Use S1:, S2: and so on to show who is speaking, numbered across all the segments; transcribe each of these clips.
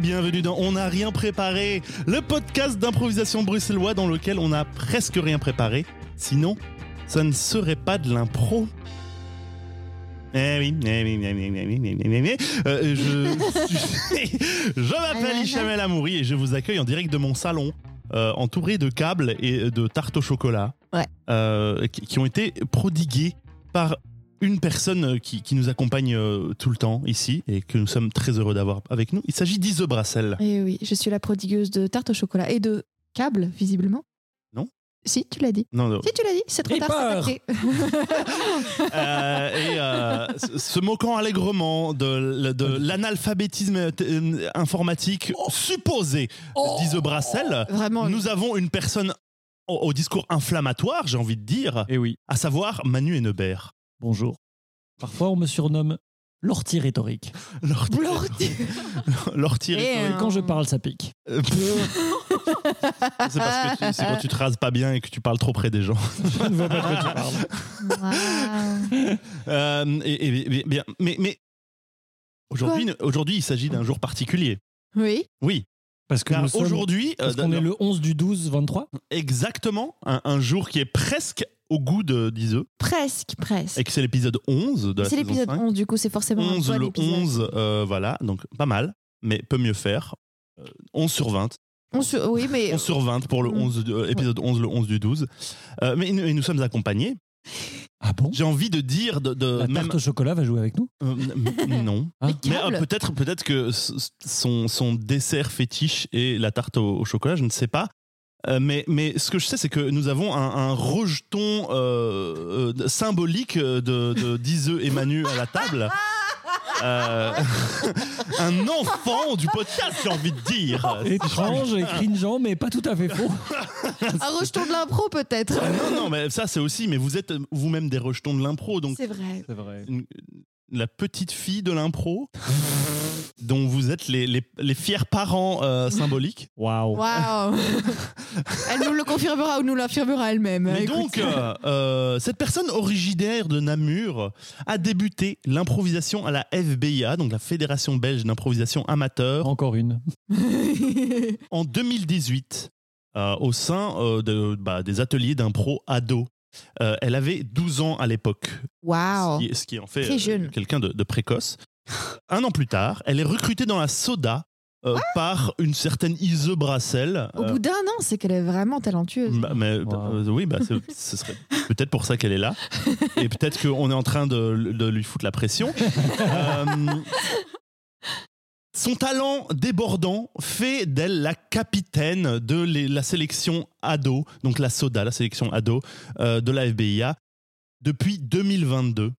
S1: bienvenue dans On n'a rien préparé, le podcast d'improvisation bruxellois dans lequel on n'a presque rien préparé. Sinon, ça ne serait pas de l'impro. Eh oui, eh oui, eh oui, eh oui, eh oui, eh oui. Euh, je, je m'appelle Ishamel Amouri et je vous accueille en direct de mon salon, euh, entouré de câbles et de tartes au chocolat,
S2: Ouais.
S1: euh, qui, qui ont été prodiguées par une personne euh, qui, qui nous accompagne euh, tout le temps ici et que nous sommes très heureux d'avoir avec nous. Il s'agit d'Ise Brassel.
S2: Et Eh oui, je suis la prodigueuse de tarte au chocolat et de câbles, visiblement.
S1: Non.
S2: Si, tu l'as dit.
S1: Non, non.
S2: Si, tu l'as dit, c'est trop tard, c'est
S3: Reaper.
S2: sacré.
S1: Euh, et euh, se- se moquant allègrement de, de l'analphabétisme euh, informatique supposé d'Ise Brassel,
S2: Vraiment. euh,
S1: nous avons une personne au, au discours inflammatoire, j'ai envie de dire,
S3: Eh oui,
S1: à savoir Manu Hennebert.
S3: bonjour. Parfois, on me surnomme l'ortie rhétorique.
S1: L'ortie- L'ortie.
S2: Et,
S3: Et
S2: euh,
S3: quand je parle, ça pique.
S1: Euh, pff. c'est parce que tu- c'est quand tu te rases pas bien et que tu parles trop près des gens.
S3: Je ne vois pas de quoi tu parles.
S2: Waouh.
S1: Euh, et, et- et bien, mais, mais aujourd'hui, aujourd'hui, il s'agit d'un jour particulier.
S2: Oui.
S1: Oui,
S3: Parce que nous
S1: car
S3: sommes-
S1: aujourd'hui, euh,
S3: parce qu'on est le 11 du 12 23.
S1: exactement un, un jour qui est presque au goût de d'Iseux
S2: Presque, presque.
S1: et que c'est l'épisode 11 de la
S2: C'est
S1: saison
S2: l'épisode
S1: 5.
S2: 11, du coup, c'est forcément un
S1: 11,
S2: bon
S1: le
S2: épisode.
S1: 11, euh, voilà, donc pas mal, mais peut mieux faire. Euh, 11 sur 20.
S2: On se- Oui, mais
S1: 11 sur 20 pour le
S2: Mm.
S1: 11, du- euh, épisode 11, le 11 du 12. Euh, mais nous, et nous sommes accompagnés.
S3: Ah bon
S1: J'ai envie de dire de, de
S3: La
S1: même.
S3: tarte au chocolat va jouer avec nous
S1: euh, n- non.
S3: Hein
S1: Mais euh,
S2: câble.
S1: peut-être peut-être que s- son, son dessert fétiche est la tarte au, au chocolat, je ne sais pas. Euh, mais, mais ce que je sais, c'est que nous avons un, un rejeton euh, euh, symbolique de, de d'Iseu et Manu à la table. Euh, un enfant du podcast, j'ai envie de dire.
S3: Oh. Étrange et cringeant, mais pas tout à fait faux.
S2: un rejeton Ah, de l'impro, peut-être.
S1: Ah Non, non, mais ça, c'est aussi. Mais vous êtes vous-même des rejetons de l'impro, donc
S2: C'est vrai.
S3: C'est vrai.
S1: une- la petite fille de l'impro, dont vous êtes les, les, les fiers parents euh, symboliques.
S3: Waouh.
S2: Waouh. Elle nous le confirmera ou nous l'affirmera elle-même.
S1: Mais
S2: Écoute.
S1: donc, euh, euh, cette personne originaire de Namur a débuté l'improvisation à la FBIA, donc la Fédération belge d'improvisation
S2: Oh.
S1: amateur,
S3: Encore une.
S1: en 2018, euh, au sein euh, de, bah, des ateliers d'impro ado. Euh, elle avait 12 ans à l'époque,
S2: Waouh.
S1: ce, qui, ce qui en fait
S2: Ah, oh. Très
S1: euh,
S2: jeune.
S1: quelqu'un de, de précoce. Un an plus tard, elle est recrutée dans la soda euh, par une certaine Ise Brassel.
S2: Ah. Au
S1: Euh,
S2: bout d'un an, c'est qu'elle est vraiment talentueuse.
S1: bah, mais,
S3: Wow.
S1: euh, oui, bah, c'est- ce serait peut-être pour ça qu'elle est là. Et peut-être qu'on est en train de, de lui foutre la pression. Euh, son talent débordant fait d'elle la capitaine de les- la sélection ado, donc la SODA, la sélection ado euh, de la FBIA, depuis 2022.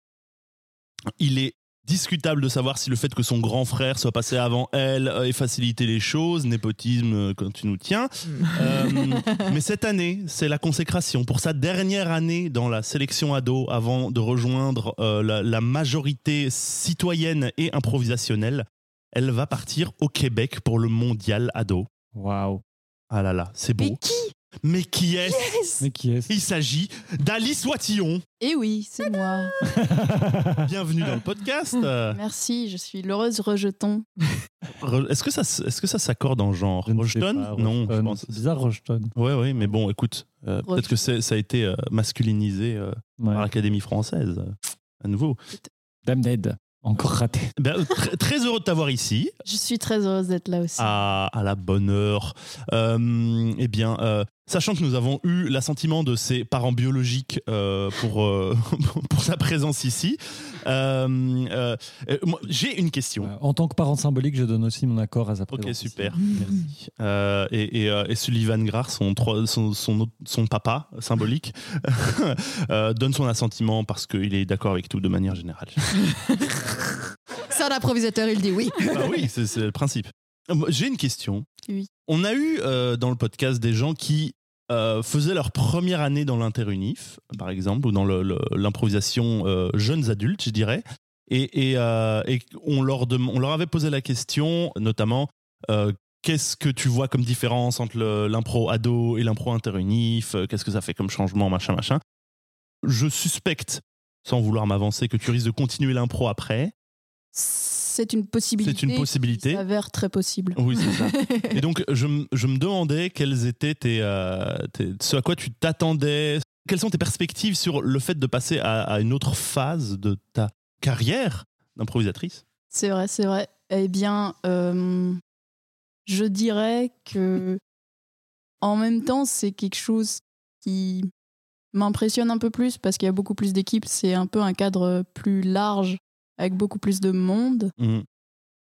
S1: Il est discutable de savoir si le fait que son grand frère soit passé avant elle euh, ait facilité les choses, népotisme euh, quand tu nous tiens. Euh, mais cette année, c'est la consécration. Pour sa dernière année dans la sélection ado, avant de rejoindre euh, la, la majorité citoyenne et improvisationnelle, elle va partir au Québec pour le mondial ado.
S3: Waouh.
S1: Ah là là, c'est
S2: Mais
S1: beau.
S2: qui
S1: Mais qui est
S3: Mais qui est-ce
S1: Il s'agit d'Alice Watillon.
S4: Eh oui, c'est moi.
S1: Bienvenue dans le podcast. Euh,
S4: Merci, je suis l'heureuse rejeton.
S1: re- Est-ce que ça, s- est-ce que ça s'accorde en genre
S3: Je ne sais
S1: Rocheton
S3: pas,
S1: Non, je
S3: Rocheton.
S1: pense.
S3: C'est bizarre, Rocheton.
S1: Ouais, ouais, mais bon, écoute, euh, peut-être
S4: Rocheton.
S1: que c'est- ça a été euh, masculinisé euh,
S3: Ouais.
S1: par l'Académie française. euh, À nouveau.
S3: Dame Ned, encore raté.
S1: Ben, tr- très heureux de t'avoir ici,
S4: Je suis très heureuse d'être là aussi.
S1: à, à la bonne heure. Euh, eh bien, euh, sachant que nous avons eu l'assentiment de ses parents biologiques euh, pour, euh, pour sa présence ici, euh, euh, euh, moi, j'ai une question.
S3: Euh, En tant que parent symbolique, je donne aussi mon accord à sa présence.
S1: Ok,
S3: ici.
S1: super. Merci. Euh, et, et, euh, et Sullivan Grard, son, tro- son, son, autre- son papa symbolique, euh, donne son assentiment parce qu'il est d'accord avec tout de manière générale.
S2: C'est un improvisateur, il dit oui.
S1: Bah oui, c'est c'est le principe. Euh, Moi, J'ai une question.
S4: Oui.
S1: On a eu euh, dans le podcast des gens qui euh, faisaient leur première année dans l'interunif, par exemple, ou dans le- le- l'improvisation euh, jeunes adultes, je dirais. Et, et, euh, et on, leur dem- on leur avait posé la question, notamment, euh, qu'est-ce que tu vois comme différence entre le- l'impro ado et l'impro interunif Euh, Qu'est-ce que ça fait comme changement, machin, machin Je suspecte, sans vouloir m'avancer, que tu risques de continuer l'impro après.
S4: C'est une possibilité.
S1: C'est une
S4: qui
S1: possibilité.
S4: s'avère très possible.
S1: Oui, c'est ça. Et donc, je, me- je me demandais quels étaient tes, euh, tes- ce à quoi tu t'attendais, quelles sont tes perspectives sur le fait de passer à, à une autre phase de ta carrière d'improvisatrice
S4: C'est vrai, c'est vrai. Eh bien, euh, je dirais que en même temps, c'est quelque chose qui m'impressionne un peu plus parce qu'il y a beaucoup plus d'équipes. C'est un peu un cadre plus large avec beaucoup plus de monde.
S1: Mhm.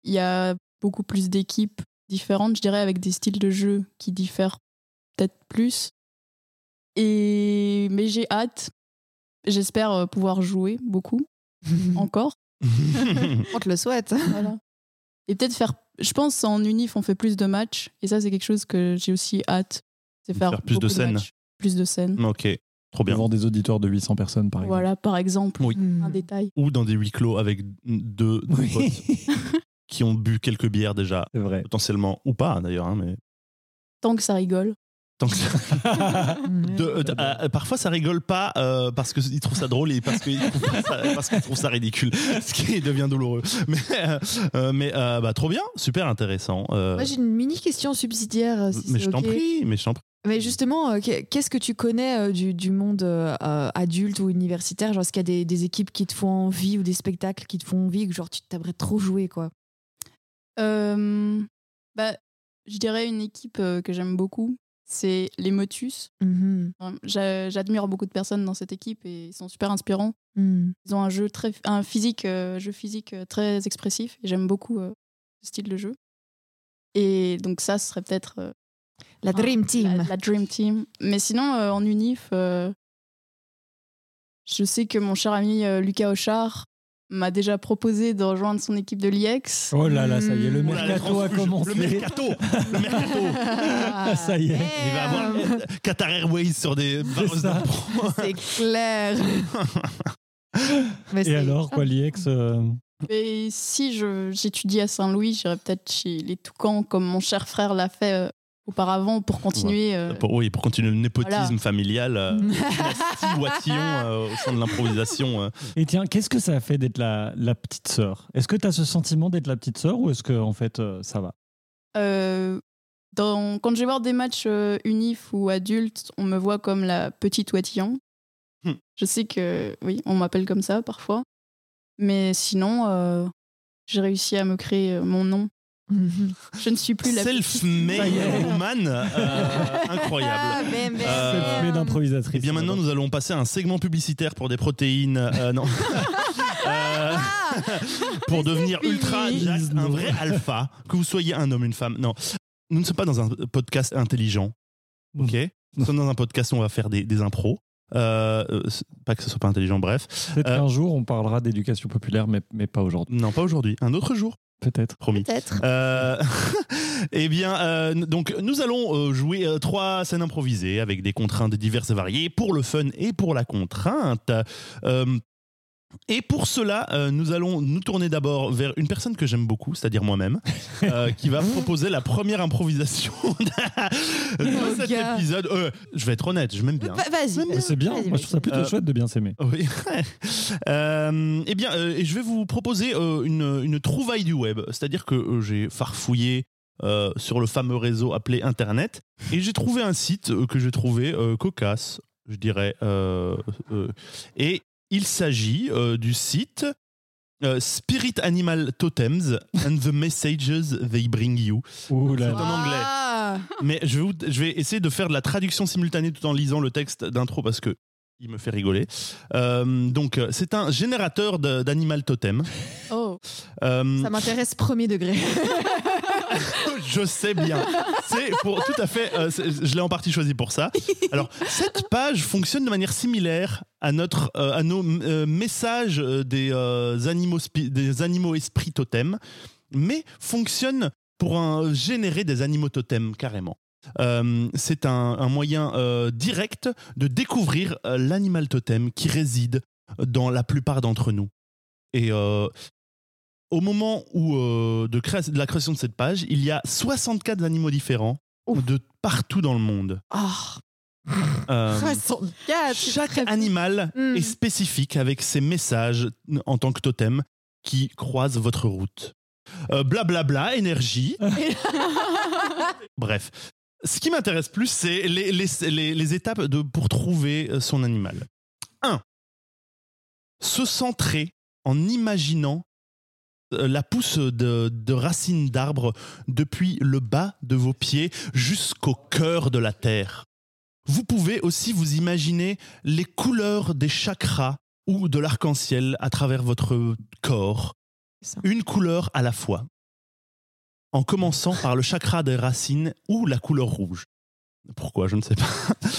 S4: Il y a beaucoup plus d'équipes différentes, je dirais, avec des styles de jeu qui diffèrent peut-être plus. Et mais j'ai hâte. J'espère euh, pouvoir jouer beaucoup encore.
S2: On te le souhaite.
S4: Mmh. Voilà. Et peut-être faire. Je pense en unif, on fait plus de matchs. Et ça, c'est quelque chose que j'ai aussi hâte. C'est
S1: De
S4: faire,
S1: faire plus de
S4: beaucoup
S1: scènes. Mmh,
S4: matchs, plus de scènes.
S1: Ok, trop bien.
S5: Devant des auditeurs de 800 personnes, par exemple.
S4: Voilà, par exemple,
S1: Oui.
S2: Mmh.
S4: un détail.
S1: Ou dans des huis clos avec deux, deux potes qui ont bu quelques bières déjà,
S5: c'est vrai.
S1: potentiellement, ou pas d'ailleurs, hein, mais
S4: Tant que ça rigole.
S1: tant que ça-
S4: Mm.
S1: De- euh,
S5: Très bien.
S1: euh, parfois, ça rigole pas euh, parce qu'ils trouvent ça drôle et parce qu'ils trouvent, pas ça- parce qu'ils trouvent ça ridicule, ce qui devient douloureux. Mais, euh, euh, mais euh, bah, trop bien, super intéressant. euh,
S2: Moi, j'ai une mini question subsidiaire. euh, si
S1: mais
S2: c'est
S1: je t'en
S2: ok.
S1: prie, mais je t'en prie.
S2: Mais justement, euh, qu'est- qu'est-ce que tu connais euh, du, du monde euh, euh, adulte ou universitaire Genre, est-ce qu'il y a des, des équipes qui te font envie ou des spectacles qui te font envie que genre tu t'aimerais trop jouer quoi
S4: Euh, bah, je dirais une équipe euh, que j'aime beaucoup. C'est les Motus.
S2: Mhm.
S4: Enfin, j'a- J'admire beaucoup de personnes dans cette équipe et ils sont super inspirants.
S2: Mhm.
S4: Ils ont un jeu très, un physique, euh, jeu physique euh, très expressif. Et j'aime beaucoup euh, ce style de jeu. Et donc ça, ce serait peut-être euh,
S2: La Dream Team.
S4: La, la Dream Team. Mais sinon, euh, en unif, euh, je sais que mon cher ami euh, Lucas Auchard m'a déjà proposé de rejoindre son équipe de l'IEX.
S3: Oh là là, ça y est, le
S2: Oh
S1: Oh là, la
S3: mercato a
S1: transfuge,
S3: commencé.
S1: Le mercato Le mercato
S3: Ça y est.
S1: Il va avoir euh, Qatar Airways sur des barres
S3: ça.
S1: d'impro.
S2: C'est clair. Mais
S3: Et
S2: c'est-
S3: alors, quoi, l'IEX euh,
S4: Et si je- j'étudie à Saint-Louis, j'irai peut-être chez les Toucans, comme mon cher frère l'a fait euh, auparavant, pour continuer. euh,
S1: Pour- oui, pour continuer le népotisme
S4: Voilà.
S1: familial, euh, dynastie Watillon euh, au sein de l'improvisation. euh.
S3: Et tiens, qu'est-ce que ça a fait d'être la, la petite sœur Est-ce que tu as ce sentiment d'être la petite sœur ou est-ce que, en fait, euh, ça va
S4: euh, dans- quand je vais voir des matchs euh, unif ou adultes, on me voit comme la petite Watillon.
S1: Hmm.
S4: Je sais que, oui, on m'appelle comme ça parfois. Mais sinon, euh, j'ai réussi à me créer euh, mon nom.
S2: Mhm.
S4: Je ne suis plus la
S3: Ça y
S1: Self-made
S3: est.
S1: woman, euh, incroyable.
S2: Ah, mais merde.
S1: Euh,
S3: Cette fumée d'improvisatrice.
S1: Et bien maintenant, nous allons passer à un segment publicitaire pour des protéines. euh, non. Euh, pour devenir
S2: fini.
S1: ultra jack, un vrai alpha, que vous soyez un homme, une femme. Non, nous ne sommes pas dans un podcast intelligent. Ok, nous sommes dans un podcast où on va faire des, des impros. Euh, euh, c'est- pas que ce soit pas intelligent, bref.
S3: Peut-être
S1: Euh,
S3: qu'un jour, on parlera d'éducation populaire, mais, mais pas aujourd'hui.
S1: Non, pas aujourd'hui. Un autre jour,
S3: Peut-être.
S1: promis.
S2: Peut-être.
S1: Euh, Eh bien, euh, n- donc nous allons euh, jouer euh, trois scènes improvisées avec des contraintes diverses et variées pour le fun et pour la contrainte. Euh, et pour cela, euh, nous allons nous tourner d'abord vers une personne que j'aime beaucoup, c'est-à-dire moi-même, euh, qui va proposer la première improvisation de, de
S2: Oh,
S1: cet
S2: gars.
S1: épisode. Euh, je vais être honnête, je m'aime bien.
S2: Va- Vas-y.
S1: Même
S2: vas-y.
S3: C'est bien.
S2: Vas-y,
S3: Moi, je trouve ça plutôt
S1: Euh,
S3: chouette de bien s'aimer.
S1: Oui. Euh, eh bien, euh, et je vais vous proposer euh, une, une trouvaille du web. C'est-à-dire que euh, j'ai farfouillé euh, sur le fameux réseau appelé Internet et j'ai trouvé un site euh, que j'ai trouvé euh, cocasse, je dirais. euh, euh, et il s'agit euh, du site euh, Spirit Animal Totems and the Messages They Bring You.
S3: Ouh là
S1: c'est
S3: là.
S1: en anglais.
S2: Ah.
S1: Mais je vais, vous- je vais essayer de faire de la traduction simultanée tout en lisant le texte d'intro parce que il me fait rigoler. Euh, donc, euh, c'est un générateur de- d'animal totem.
S4: petite. Oh,
S3: Mm.
S1: Euh,
S2: Ça m'intéresse premier degré.
S3: Euh,
S1: je sais bien. C'est pour tout à fait. euh, c'est- je l'ai en partie choisi pour ça. Alors, cette page fonctionne de manière similaire à notre, euh, à nos euh, messages euh, des euh, animaux, spi- des animaux esprits totems, mais fonctionne pour un- euh, générer des animaux totems carrément. Euh, c'est un, un moyen euh, direct de découvrir euh, l'animal totem qui réside dans la plupart d'entre nous. Et euh, au moment où, euh, de, créa- de la création de cette page, il y a 64 animaux différents
S2: Ouf.
S1: de partout dans le monde.
S2: Oh,
S1: Euh,
S2: 64. Ah, c'est
S1: chaque
S2: très peu.
S1: animal
S2: Mm.
S1: est spécifique avec ses messages en tant que totem qui croisent votre route. Euh, Blablabla, énergie. Bref. Ce qui m'intéresse plus, c'est les, les, les- les étapes de, pour trouver euh, son animal. 1. Se centrer en imaginant euh, la pousse de, de racines d'arbres depuis le bas de vos pieds jusqu'au cœur de la terre. Vous pouvez aussi vous imaginer les couleurs des chakras ou de l'arc-en-ciel à travers votre corps,
S2: Ça.
S1: une couleur à la fois, en commençant par le chakra des racines ou la couleur rouge. Pourquoi, je ne sais pas.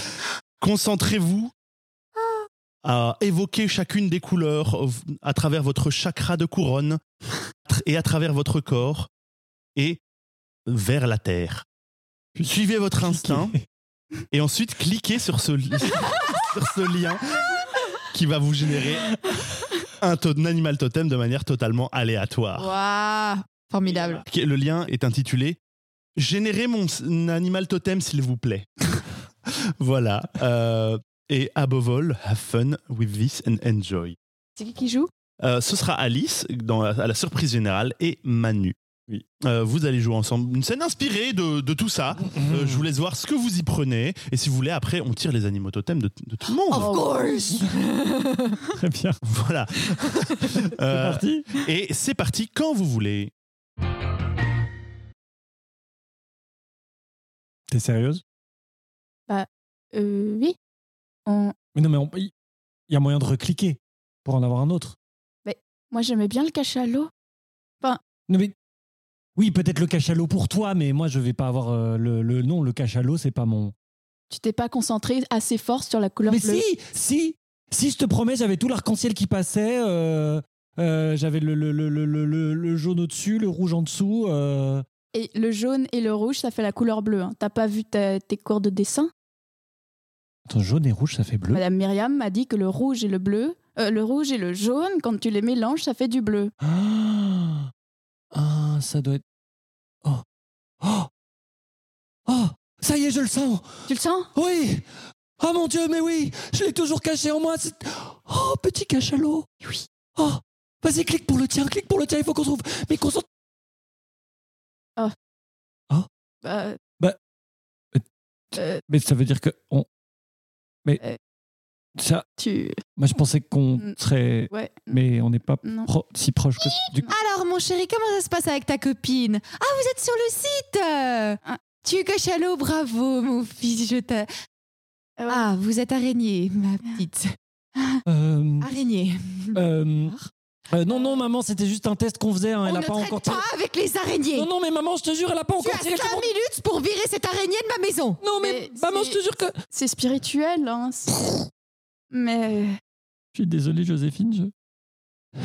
S1: Concentrez-vous à évoquer chacune des couleurs à travers votre chakra de couronne et à travers votre corps et vers la terre. Suivez votre instinct et ensuite cliquez sur ce, li- sur ce lien qui va vous générer un, to- un animal totem de manière totalement aléatoire.
S2: Waouh Formidable.
S1: Qui- Le lien est intitulé Générez mon s- un animal totem, s'il vous plaît. voilà. euh, et above all, have fun with this and enjoy.
S2: C'est qui qui joue
S1: Euh, ce sera Alice dans la- à la surprise générale et Manu.
S5: Oui.
S1: Euh, vous allez jouer ensemble une scène inspirée de, de tout ça.
S3: Mm-hmm.
S1: Euh, je vous laisse voir ce que vous y prenez. Et si vous voulez, après, on tire les animaux totems de, de tout le monde.
S3: Oh.
S2: Of course
S3: Très bien.
S1: Voilà.
S3: C'est
S1: Euh,
S3: parti.
S1: et c'est parti quand vous voulez.
S3: T'es sérieuse
S4: Euh, oui. En-
S3: Mais non, mais on- il y a moyen de recliquer pour en avoir un autre.
S4: Moi, j'aimais bien le cachalot.
S3: Non, mais... Oui, peut-être le cachalot pour toi, mais moi, je vais pas avoir euh, le, le nom. Le cachalot, c'est pas mon.
S4: Tu t'es pas concentré assez fort sur la couleur
S3: Mais
S4: bleue.
S3: si, si, si, je te promets, j'avais tout l'arc-en-ciel qui passait. euh, euh, j'avais le, le, le, le, le- le- le jaune au-dessus, le rouge en dessous. euh.
S4: Et le jaune et le rouge, ça fait la couleur bleue. hein. T'as pas vu ta- tes cours de dessin
S3: Attends, jaune et rouge, ça fait bleu.
S4: Madame Myriam m'a dit que le rouge et le bleu, euh, le rouge et le jaune, quand tu les mélanges, ça fait du bleu.
S3: Ah, Ah, ça doit être. Oh. Oh. Oh. Ça y est, je le sens.
S4: Tu le sens
S3: Oui. Oh mon Dieu, mais oui. Je l'ai toujours caché en moi. c'est- Oh, petit cachalot. Oui. Oh. Vas-y, clique pour le tien. Clique pour le tien. Il faut qu'on trouve. Mais concentre.
S4: Bah,
S3: Bah, euh,
S4: euh,
S3: Mais ça veut dire que on. Mais
S4: Euh.
S3: ça.
S4: tu.
S3: Moi, je pensais qu'on
S4: Mm.
S3: serait.
S4: Ouais.
S3: Mais on n'est pas
S4: Non.
S3: pro- si proche que. Du...
S2: Alors, mon chéri, comment ça se passe avec ta copine Ah, vous êtes sur le site euh
S4: Ah.
S2: Tu es cachalot, bravo, mon fils, je t'ai...
S4: Ah ouais. Ah.
S2: Ah, vous êtes araignée, ma petite.
S3: Euh,
S2: Araignée.
S3: euh, euh, non, non, maman, c'était juste un test qu'on faisait. hein,
S2: On
S3: elle
S2: ne
S3: a pas
S2: traite
S3: encore.
S2: pas avec les araignées
S3: Non, non, mais maman, je te jure, elle a pas
S2: Tu
S3: encore
S2: as 5
S3: tiré. comment-
S2: minutes pour virer cette araignée de ma maison
S3: Non, mais,
S4: Mais
S3: maman, je
S4: c'est-
S3: te jure que.
S4: C'est spirituel, hein. c'est- Mais
S3: Je suis désolé, Joséphine. Je...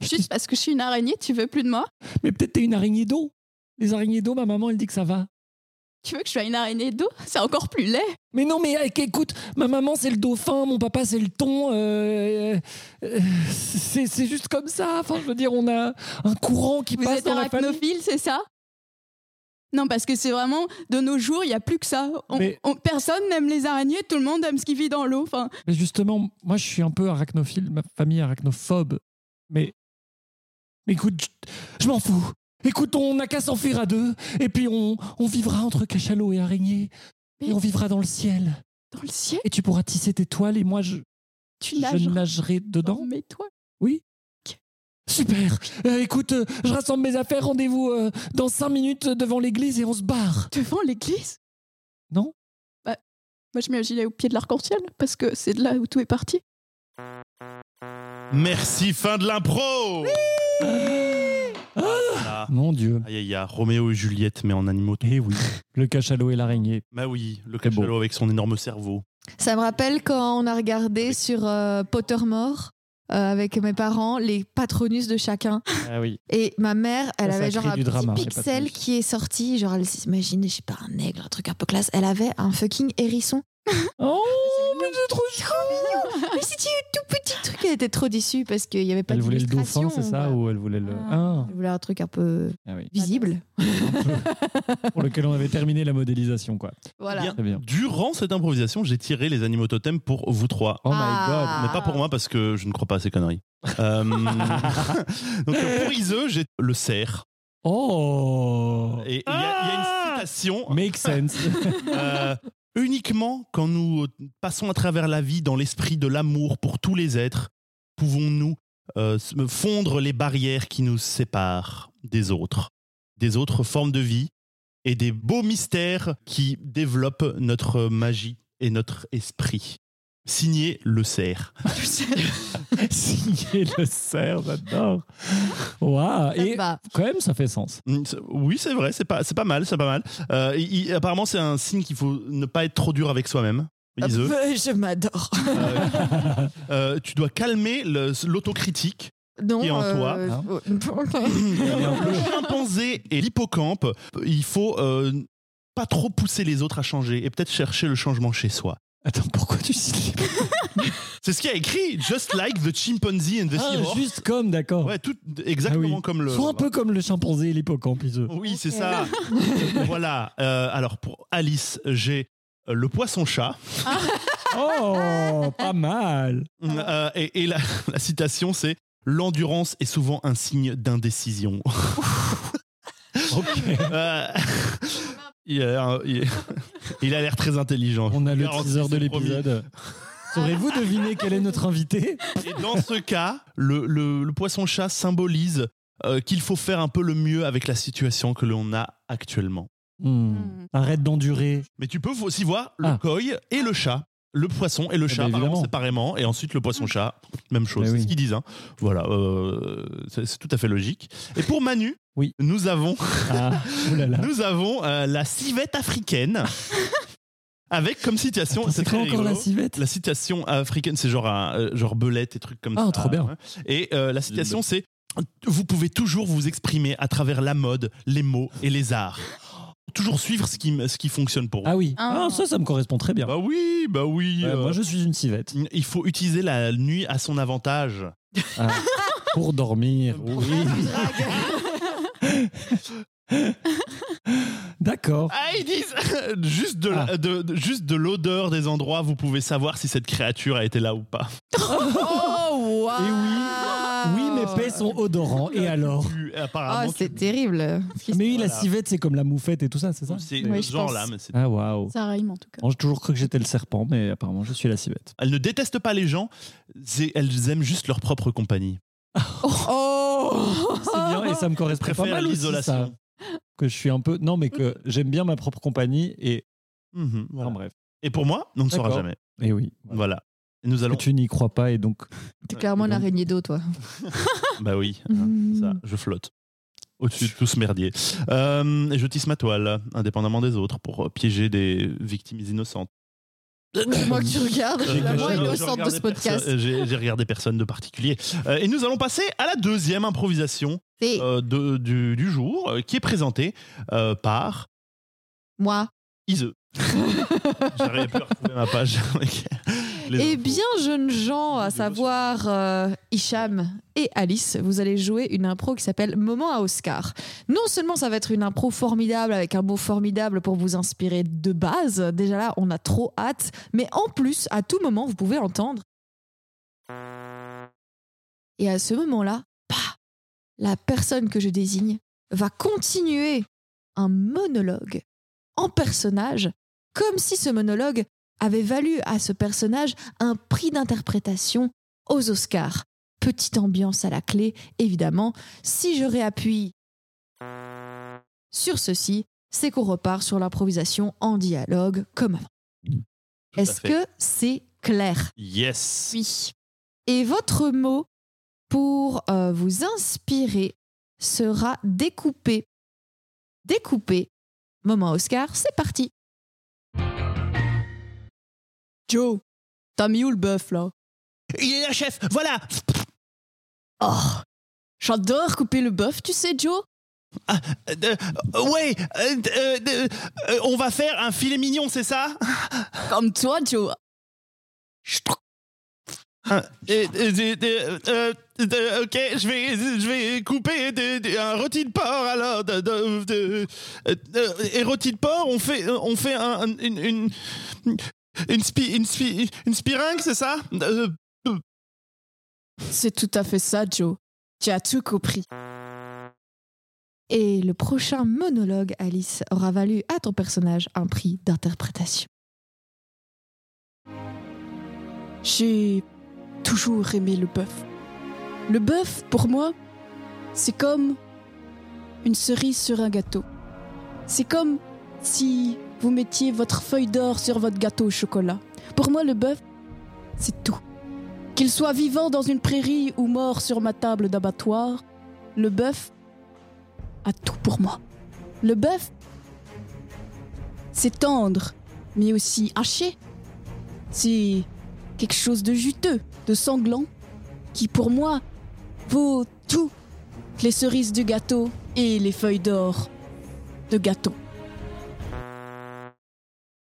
S4: juste parce que je suis une araignée, tu veux plus de moi
S3: Mais peut-être t'es une araignée d'eau. Les araignées d'eau, ma maman, elle dit que ça va.
S4: Tu veux que je sois une araignée d'eau C'est encore plus laid.
S3: Mais non, mais eh, écoute, ma maman, c'est le dauphin, mon papa, c'est le thon. euh, euh, c'est c'est juste comme ça. Enfin, je veux dire, on a un courant qui
S4: Vous
S3: passe
S4: êtes
S3: dans la famille.
S4: arachnophile, c'est ça Non, parce que c'est vraiment de nos jours, il n'y a plus que ça. On-
S3: Mais-
S4: on- personne n'aime les araignées, tout le monde aime ce qui vit dans l'eau. Enfin,
S3: Mais justement, moi, je suis un peu arachnophile, ma famille est arachnophobe. Mais, mais écoute, je, je m'en fous. Écoute, on n'a qu'à s'enfuir à deux, et puis on, on vivra entre cachalot et araignée, et
S4: Mais-
S3: on vivra dans le ciel.
S4: dans le ciel,
S3: Et tu pourras tisser tes toiles, et moi, je,
S4: tu nages.
S3: je nagerai dedans.
S4: Mais toi,
S3: Super. Euh, écoute, euh, je rassemble mes affaires, rendez-vous euh, dans cinq minutes devant l'église, et on se barre.
S4: devant l'église
S3: Non
S4: Bah, Moi, je m'imaginais au pied de l'arc-en-ciel, parce que c'est de là où tout est parti.
S1: Merci, fin de l'impro Voilà.
S3: Mon Dieu.
S1: Aïe aïe aïe, Roméo et Juliette, mais en animaux.
S3: Eh oui, le cachalot et l'araignée.
S1: Bah oui, le
S3: Très beau.
S1: cachalot avec son énorme cerveau.
S2: Ça me rappelle quand on a regardé sur euh, Pottermore euh, avec mes parents les patronus de chacun.
S3: Ah oui.
S2: Et ma mère, elle
S3: Ça, ça
S2: avait genre
S3: crée
S2: un
S3: du
S2: petit
S3: drama, les
S2: pixel
S3: patronus.
S2: qui est sorti. Genre, elle s'imaginait, je sais pas, un aigle, un truc un peu classe. Elle avait un fucking hérisson.
S3: Oh,
S4: C'est mignon.
S2: est trop mignon Mais c'était un tout petit truc. Elle était trop déçue parce qu'il n'y avait pas
S3: Elle voulait le dauphin,
S2: d'illustration.
S3: c'est
S4: euh,
S3: ça Ou elle voulait le. Ah,
S2: Elle voulait un truc un peu
S5: Ah oui.
S2: visible.
S3: pour lequel on avait terminé la modélisation, quoi.
S2: Voilà.
S1: Bien.
S5: Très bien.
S1: Durant cette improvisation, j'ai tiré les animaux totems pour vous trois.
S3: Oh my
S2: Ah.
S1: Mais pas pour moi parce que je ne crois pas à ces conneries. Euh, Donc euh, pour Iseux, j'ai le cerf.
S3: god Oh
S1: Et il y, a- il y a une citation
S3: Make sense
S1: euh, uniquement quand nous euh, passons à travers la vie dans l'esprit de l'amour pour tous les êtres, pouvons-nous euh, s- fondre les barrières qui nous séparent des autres, des autres formes de vie et des beaux mystères qui développent notre magie et notre esprit. Signé le cerf.
S3: Signer le cerf, j'adore Waouh
S2: Ça
S3: Et
S2: va.
S3: quand même, ça fait sens.
S1: Mm, c'est- Oui, c'est vrai, c'est pas, c'est pas mal, c'est pas mal. Euh, il- il- apparemment, c'est un signe qu'il faut ne pas être trop dur avec soi-même.
S3: Ah,
S1: Iseux.
S2: Euh, Je m'adore.
S1: Euh, euh, tu dois calmer le- l'autocritique.
S2: Non,
S1: Et en toi,
S2: euh,
S3: hein
S1: le chimpanzé et l'hippocampe, il faut euh, pas trop pousser les autres à changer et peut-être chercher le changement chez soi.
S3: Attends, pourquoi tu signes
S1: C'est ce qu'il y a écrit, just like the chimpanzee and the
S3: Ah,
S1: seahorse.
S3: Juste comme, d'accord.
S1: Ouais, tout exactement
S3: Ah oui.
S1: comme le.
S3: Soit un peu comme le chimpanzé et l'hippocampe, ils eux.
S1: Oui, c'est ça. voilà. Euh, alors pour Alice, j'ai euh, le poisson-chat.
S3: Oh, pas mal
S1: Euh, et et la, la citation, c'est L'endurance est souvent un signe d'indécision.
S3: Ok.
S1: Euh, il, a, un- il- il a l'air très intelligent.
S3: On a le
S1: Garanti,
S3: teaser de
S1: c'est promis.
S3: l'épisode. Saurez-vous deviner quel est notre invité
S1: Et dans ce cas, le, le- le poisson-chat symbolise euh, qu'il faut faire un peu le mieux avec la situation que l'on a actuellement.
S4: Hmm.
S3: Arrête d'endurer.
S1: Mais tu peux aussi voir le
S3: Ah.
S1: coy et le chat. Le poisson et le
S3: Eh
S1: chat,
S3: ben,
S1: apparemment,
S3: évidemment.
S1: séparément, et ensuite le poisson-chat, même chose,
S3: Eh
S1: c'est
S3: oui.
S1: ce qu'ils disent. hein. Voilà, euh, c'est c'est tout à fait logique. Et pour Manu,
S3: Oui.
S1: nous avons,
S3: Ah, oulala.
S1: nous avons euh, la civette africaine, avec comme citation,
S3: Attends,
S1: c'est
S3: C'est
S1: très
S3: quoi encore
S1: rigolo.
S3: la civette
S1: La citation africaine, c'est genre, un, euh, genre belette et trucs comme
S3: Ah,
S1: ça.
S3: trop bien.
S1: Et euh, la citation, c'est Vous pouvez toujours vous exprimer à travers la mode, les mots et les arts. Toujours suivre ce qui, ce qui fonctionne pour vous.
S3: Ah oui.
S4: Ah.
S3: Ah, ça, ça me correspond très bien.
S1: Bah oui, bah oui.
S3: Ouais,
S1: euh,
S3: moi, je suis une civette.
S1: Il faut utiliser la nuit à son avantage.
S3: Ah, pour dormir. Oui. D'accord.
S1: Ah, ils disent juste de,
S3: Ah.
S1: la- de- de- juste de l'odeur des endroits, vous pouvez savoir si cette créature a été là ou pas.
S2: Oh, wow.
S3: Et oui.
S2: Ah.
S3: Oui, mes paix sont odorants. Et alors
S1: Tu-
S2: Oh,
S1: apparemment, tu-
S2: c'est terrible.
S3: Mais oui, la
S1: Voilà.
S3: civette, c'est comme la moufette et tout ça, c'est ça
S1: c'est
S4: Oui,
S1: ce
S4: je
S1: genre là,
S4: pense.
S1: mais c'est
S3: Ah, waouh.
S4: Ça rime en tout cas.
S3: Bon, J'ai toujours cru que j'étais le serpent, mais apparemment, je suis la civette.
S1: Elles ne détestent pas les gens, c'est- elles aiment juste leur propre compagnie.
S2: Oh
S3: C'est bien et ça me correspond pas
S1: Préfèrent
S3: mal aussi, ça.
S1: l'isolation.
S3: Que je suis un peu. Non, mais que j'aime bien ma propre compagnie et.
S1: Mhm, voilà.
S3: Enfin, bref.
S1: Et pour moi, on ne saura
S3: D'accord.
S1: jamais.
S3: Et oui. Voilà.
S1: Voilà. Et nous
S3: Que
S1: allons.
S3: tu n'y crois pas et donc.
S2: T'es clairement une
S3: donc-
S2: araignée d'eau, toi.
S1: Bah oui, hein, c'est
S2: Hmm.
S1: ça, je flotte. Au-dessus de tout ce merdier. Euh, et je tisse ma toile, indépendamment des autres, pour euh, piéger des victimes innocentes.
S2: C'est moi que tu regardes. Je suis la
S1: Euh,
S2: moins
S1: je- je
S2: innocente de
S1: regardais
S2: ce podcast.
S1: perso- euh, J'ai j'ai regardé personne de particulier. Euh, et nous allons passer à la deuxième improvisation
S2: C'est
S1: euh, de- du, du jour, euh, qui est présentée euh, par
S2: moi.
S1: Ise. J'arrivais plus à retrouver ma page. avec les
S2: Eh
S1: infos.
S2: bien, jeunes gens, à
S1: Les
S2: savoir euh, Hicham et Alice, vous allez jouer une impro qui s'appelle Moment à Oscar. Non seulement ça va être une impro formidable avec un mot formidable pour vous inspirer de base, déjà là, on a trop hâte, mais en plus, à tout moment, vous pouvez entendre. Et à ce moment-là, bah, la personne que je désigne va continuer un monologue en personnage, comme si ce monologue avait valu à ce personnage un prix d'interprétation aux Oscars. Petite ambiance à la clé, évidemment. Si je réappuie sur ceci, c'est qu'on repart sur l'improvisation en dialogue comme avant.
S1: Tout à
S2: Est-ce
S1: fait.
S2: que c'est clair
S1: Yes.
S2: Oui. Et votre mot pour euh, vous inspirer sera découpé. Découpé. Moment Oscar, c'est parti.
S4: Joe, t'as mis où le bœuf là
S1: Il est la chef, voilà
S4: Oh, j'adore couper le bœuf, tu sais, Joe.
S1: Euh, euh, ouais, euh, euh, euh, euh, on va faire un filet mignon, c'est ça
S4: Comme toi, Joe.
S1: Ah, et- et- et- et- euh, euh, ok, je vais, je vais couper de- de- un rôti de porc alors. de- de- de- euh, euh, et rôti de porc, on fait, on fait un- un- une, une, une, spi- une, spi- une spiringue, c'est ça Euh,
S4: C'est tout à fait ça, Joe. Tu as tout compris.
S2: Et le prochain monologue, Alice, aura valu à ton personnage un prix d'interprétation.
S4: J'ai toujours aimé le bœuf. Le bœuf, pour moi, c'est comme une cerise sur un gâteau. C'est comme si vous mettiez votre feuille d'or sur votre gâteau au chocolat. Pour moi, le bœuf, c'est tout. Qu'il soit vivant dans une prairie ou mort sur ma table d'abattoir, le bœuf a tout pour moi. Le bœuf, c'est tendre, mais aussi haché. C'est quelque chose de juteux, de sanglant, qui pour moi vaut tout les cerises du gâteau et les feuilles d'or de gâteau.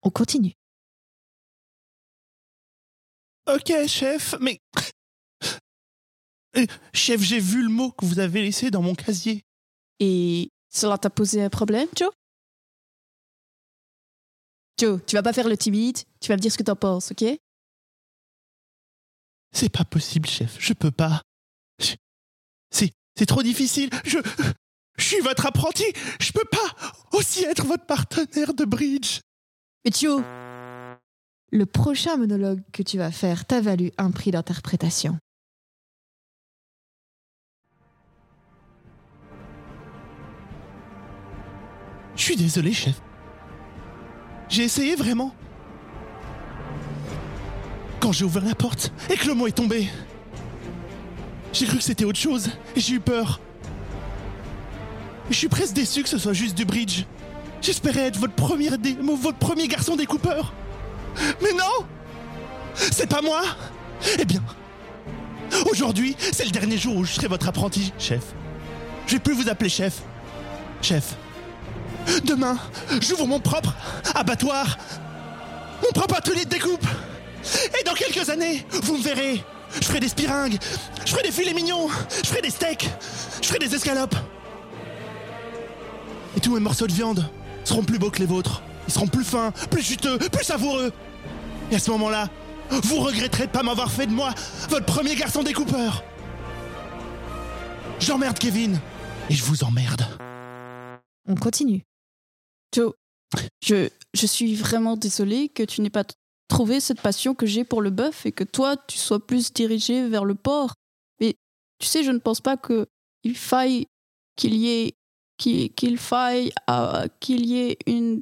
S2: On continue.
S1: Ok, chef, mais. Euh, Chef, j'ai vu le mot que vous avez laissé dans mon casier.
S4: Et cela t'a posé un problème, Joe Joe, tu vas pas faire le timide, tu vas me dire ce que t'en penses, ok
S1: C'est pas possible, chef. Je peux pas. Je- C'est, c'est trop difficile. Je, je suis votre apprenti. Je peux pas aussi être votre partenaire de bridge.
S4: Mais Joe,
S2: Le prochain monologue que tu vas faire t'a valu un prix d'interprétation.
S1: Je suis désolé, chef. J'ai essayé vraiment. Quand j'ai ouvert la porte et que le mot est tombé, j'ai cru que c'était autre chose et j'ai eu peur. Je suis presque déçu que ce soit juste du bridge. J'espérais être votre premier, dé- votre premier garçon découpeur. Mais non C'est pas moi Eh bien, aujourd'hui, c'est le dernier jour où je serai votre apprenti, chef. Je vais plus vous appeler chef. Chef. Demain, j'ouvre mon propre abattoir, mon propre atelier de découpe. Et dans quelques années, vous me verrez. Je ferai des spiringues, je ferai des filets mignons, je ferai des steaks, je ferai des escalopes. Et tous mes morceaux de viande seront plus beaux que les vôtres. Ils seront plus fins, plus juteux, plus savoureux. Et à ce moment-là, vous regretterez de pas m'avoir fait de moi votre premier garçon découpeur. J'emmerde Kevin et je vous emmerde.
S2: On continue.
S4: Joe, je, je suis vraiment désolée que tu n'aies pas t- trouvé cette passion que j'ai pour le bœuf et que toi, tu sois plus dirigé vers le porc. Mais tu sais, je ne pense pas que il faille qu'il y ait qu'il qu'il faille euh, qu'il y ait une,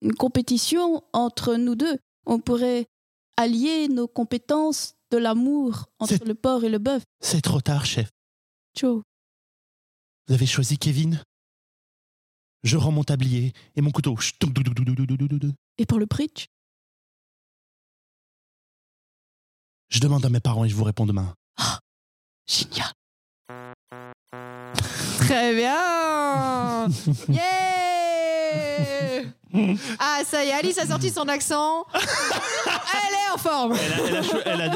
S4: une compétition entre nous deux. On pourrait allier nos compétences de l'amour entre
S1: C'est-
S4: le porc et le bœuf.
S1: C'est trop tard, chef.
S4: Joe,
S1: Vous avez choisi Kevin Je rends mon tablier et mon couteau. Chut, dou, dou, dou, dou, dou, dou, dou, dou.
S4: et pour le bridge,
S1: Je demande à mes parents et je vous réponds demain.
S4: génial.
S2: Très bien Yeah Ah, ça y est, Alice a sorti son accent. Elle est en forme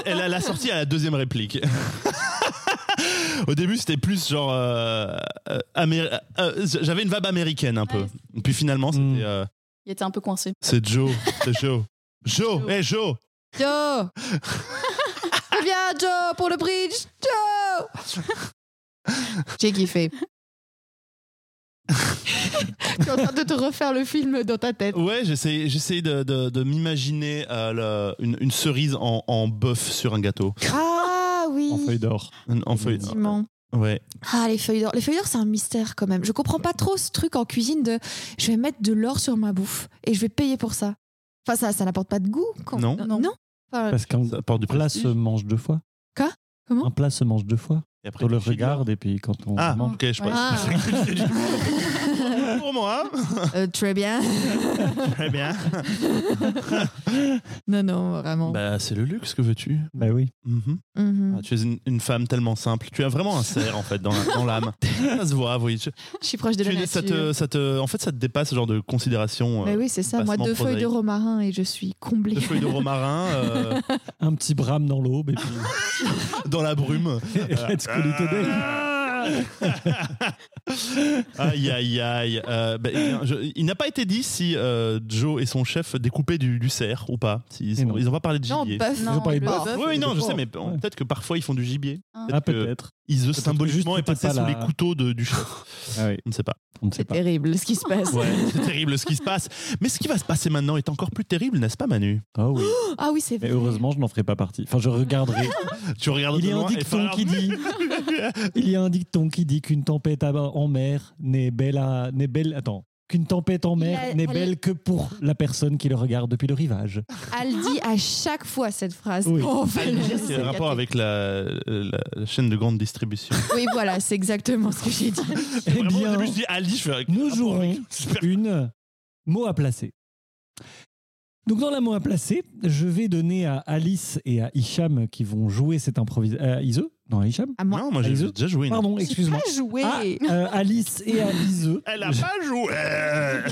S1: Elle a, sorti à la deuxième réplique. Au début, c'était plus genre. euh, euh, Amé- euh, J'avais une vague américaine un peu. Puis finalement, c'était.
S3: Mm.
S1: euh,
S4: Il était un peu coincé.
S1: C'est Joe. C'est Joe. Joe.
S4: Joe.
S1: Hé, Joe.
S2: Joe Viens, Joe, pour le bridge Joe J'ai kiffé. tu es en train de te refaire le film dans ta tête.
S1: Ouais, j'essaie j'essaie de, de- de m'imaginer euh, le- une, une cerise en, en bœuf sur un gâteau.
S2: Ah
S5: en
S2: oui
S5: feuille d'or.
S1: En, en feuille.
S2: Effectivement.
S1: Ouais.
S2: Ah, les feuilles d'or. Les feuilles d'or, c'est un mystère quand même. Je comprends pas trop ce truc en cuisine de je vais mettre de l'or sur ma bouffe et je vais payer pour ça. Enfin, ça, ça n'apporte pas de goût. Quand...
S1: Non.
S2: Non. Enfin,
S5: Parce qu'un
S1: Ça apporte du
S5: plat
S1: prestige.
S5: se mange deux fois.
S2: Quoi Comment
S5: Un plat se mange deux fois.
S1: Et après,
S5: On le
S1: tu chies de l'or.
S5: regarde et puis quand on
S1: Ah,
S5: mange.
S1: ok, je
S4: Ouais.
S1: pense. Pour moi,
S2: Euh, très bien.
S1: très bien.
S2: Non, non, vraiment.
S1: Bah, c'est le luxe que veux-tu.
S3: Bah
S5: Ben
S3: oui.
S1: Mhm.
S2: Mhm.
S1: Ah, tu es une, une femme tellement simple. Tu as vraiment un cerf, en fait, dans la- dans l'âme. ça se voit, oui. Tu-
S2: Je suis proche de
S1: tu
S2: la
S1: es né, ça
S2: nature.
S1: te, ça te- en fait, ça te dépasse ce genre de considération.
S2: Mais oui, c'est ça. Moi,
S1: bassement
S2: deux feuilles de
S1: prosaïque.
S2: romarin et je suis comblée.
S1: De feuilles de romarin euh,
S3: Un petit brame dans l'aube et puis.
S1: dans la brume. Ah.
S3: Let's call it a day.
S1: aïe, aïe, aïe. Euh, bah, eh bien, je- il n'a pas été dit si euh, Joe et son chef découpaient du, du cerf ou pas. S'ils
S3: Et
S1: sont-
S3: non.
S1: ils n'ont pas parlé de
S2: Non,
S1: gibier.
S2: bœuf.
S4: Non,
S3: pas les
S4: le
S3: bœufs.
S4: bœuf.
S1: Ah, oui, oui, non, je sais, mais
S3: Ouais.
S1: peut-être que parfois ils font du gibier.
S4: Ah.
S1: Peut-être
S3: Ah,
S1: que
S3: peut-être.
S1: Ils eux,
S3: que
S1: symboliquement
S3: juste
S1: est passé
S3: c'était
S1: sous
S3: pas
S1: les
S3: la-
S1: couteaux de- du chef.
S3: Ah oui,
S1: On ne sait pas.
S3: on ne sait
S2: C'est
S3: pas.
S2: terrible ce qui se passe.
S1: Ouais, c'est terrible ce qui se passe. Mais ce qui va se passer maintenant est encore plus terrible, n'est-ce pas, Manu
S5: Ah oui.
S2: Ah oui, c'est
S5: Mais
S2: vrai.
S5: heureusement, je n'en ferai pas partie. Enfin, je regarderai.
S1: Tu regardes
S3: Il
S1: de
S3: y a un
S1: loin et
S3: dicton
S1: Farah-
S3: qui dit. Il y a un dicton qui dit qu'une tempête à- en mer n'est belle à- n'est belle. Attends. Qu'une tempête en
S2: Il
S3: mer
S2: a-
S3: n'est
S2: elle-
S3: belle que pour la personne qui le regarde depuis le rivage.
S2: Elle dit à chaque fois cette phrase.
S3: Oui.
S2: Oh, Valérie,
S1: C'est le rapport
S2: gâté.
S1: avec la, la- la chaîne de grande distribution.
S2: Oui, voilà, c'est exactement ce que j'ai dit.
S3: Eh
S1: Vraiment, au
S3: bien,
S1: début, je dis Ali, je fais
S3: nous
S1: rapport
S3: jouerons
S1: avec- Super.
S3: une mot à placer. Donc dans la mot à placer, je vais donner à Alice et à Hicham qui vont jouer cette improvisation. À Ise Non, à Hicham
S2: À moi.
S1: Non, moi j'ai
S3: Alice
S1: déjà joué. non.
S3: Pardon, excuse-moi.
S2: Pas joué.
S3: À euh, Alice et à Ise.
S1: Elle a pas joué.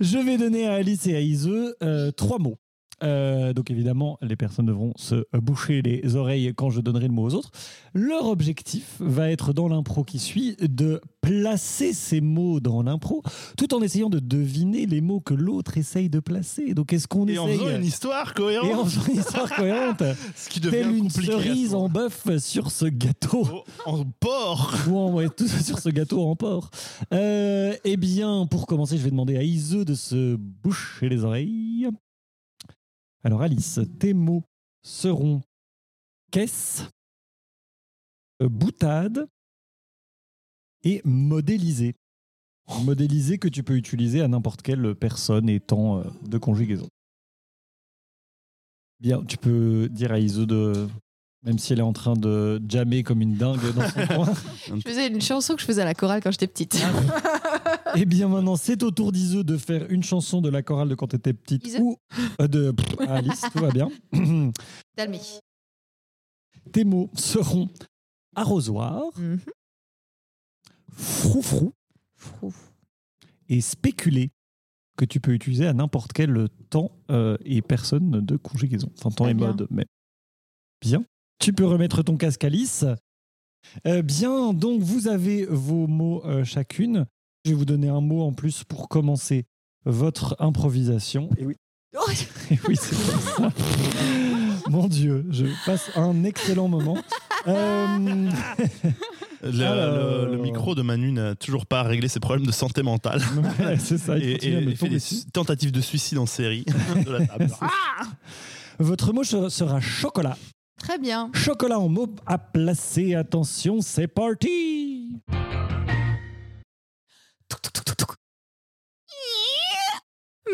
S3: Je vais donner à Alice et à Ise euh, trois mots. Euh, donc évidemment, les personnes devront se boucher les oreilles quand je donnerai le mot aux autres. Leur objectif va être dans l'impro qui suit de placer ces mots dans l'impro, tout en essayant de deviner les mots que l'autre essaye de placer. Donc est-ce qu'on
S1: Et en
S3: essaye
S1: faisant une histoire cohérente,
S3: et en faisant une histoire cohérente,
S1: ce qui
S3: telle
S1: devient
S3: une
S1: compliqué. à ce
S3: cerise en
S1: moment.
S3: bœuf sur ce gâteau
S1: Oh, en porc.
S3: ou en- ouais, tout ça sur ce gâteau en porc. Euh, eh bien, pour commencer, je vais demander à Ise de se boucher les oreilles. Alors, Alice, tes mots seront caisse, euh, boutade et modélisé. Modélisé que tu peux utiliser à n'importe quelle personne et temps euh, de conjugaison. Bien, tu peux dire à Ise de. Même si elle est en train de jammer comme une dingue dans son coin.
S2: Je faisais une chanson que je faisais à la chorale quand j'étais petite.
S3: Eh bien maintenant, c'est au tour d'Iseux de faire une chanson de la chorale de quand t'étais petite
S2: Iseux
S3: ou euh, de pff, à Alice, tout va bien.
S2: Dalmi.
S3: Tes mots seront arrosoir,
S2: Mhm.
S3: froufrou
S2: Frou.
S3: et spéculer que tu peux utiliser à n'importe quel temps euh, et personne de conjugaison. Enfin, temps
S2: Très
S3: et
S2: bien.
S3: mode, mais bien. Tu peux remettre ton casque Alice. Euh, bien, donc vous avez vos mots euh, chacune. Je vais vous donner un mot en plus pour commencer votre improvisation. Et oui.
S2: Oh,
S3: Et oui, c'est pour ça. Mon Dieu, je passe un excellent moment. Euh,
S1: Le,
S3: Alors.
S1: le- le micro de Manu n'a toujours pas réglé ses problèmes de santé mentale.
S3: c'est ça, Ah, il
S1: et
S3: continue
S1: et-
S3: à me
S1: et fait
S3: tomber
S1: des
S3: dessus. Ah.
S1: su- tentatives de suicide en série de la table.
S3: Votre mot sera- sera chocolat.
S2: Très bien.
S3: Chocolat en mots à placer. Attention, c'est parti
S2: Touc, touc, touc, touc, touc.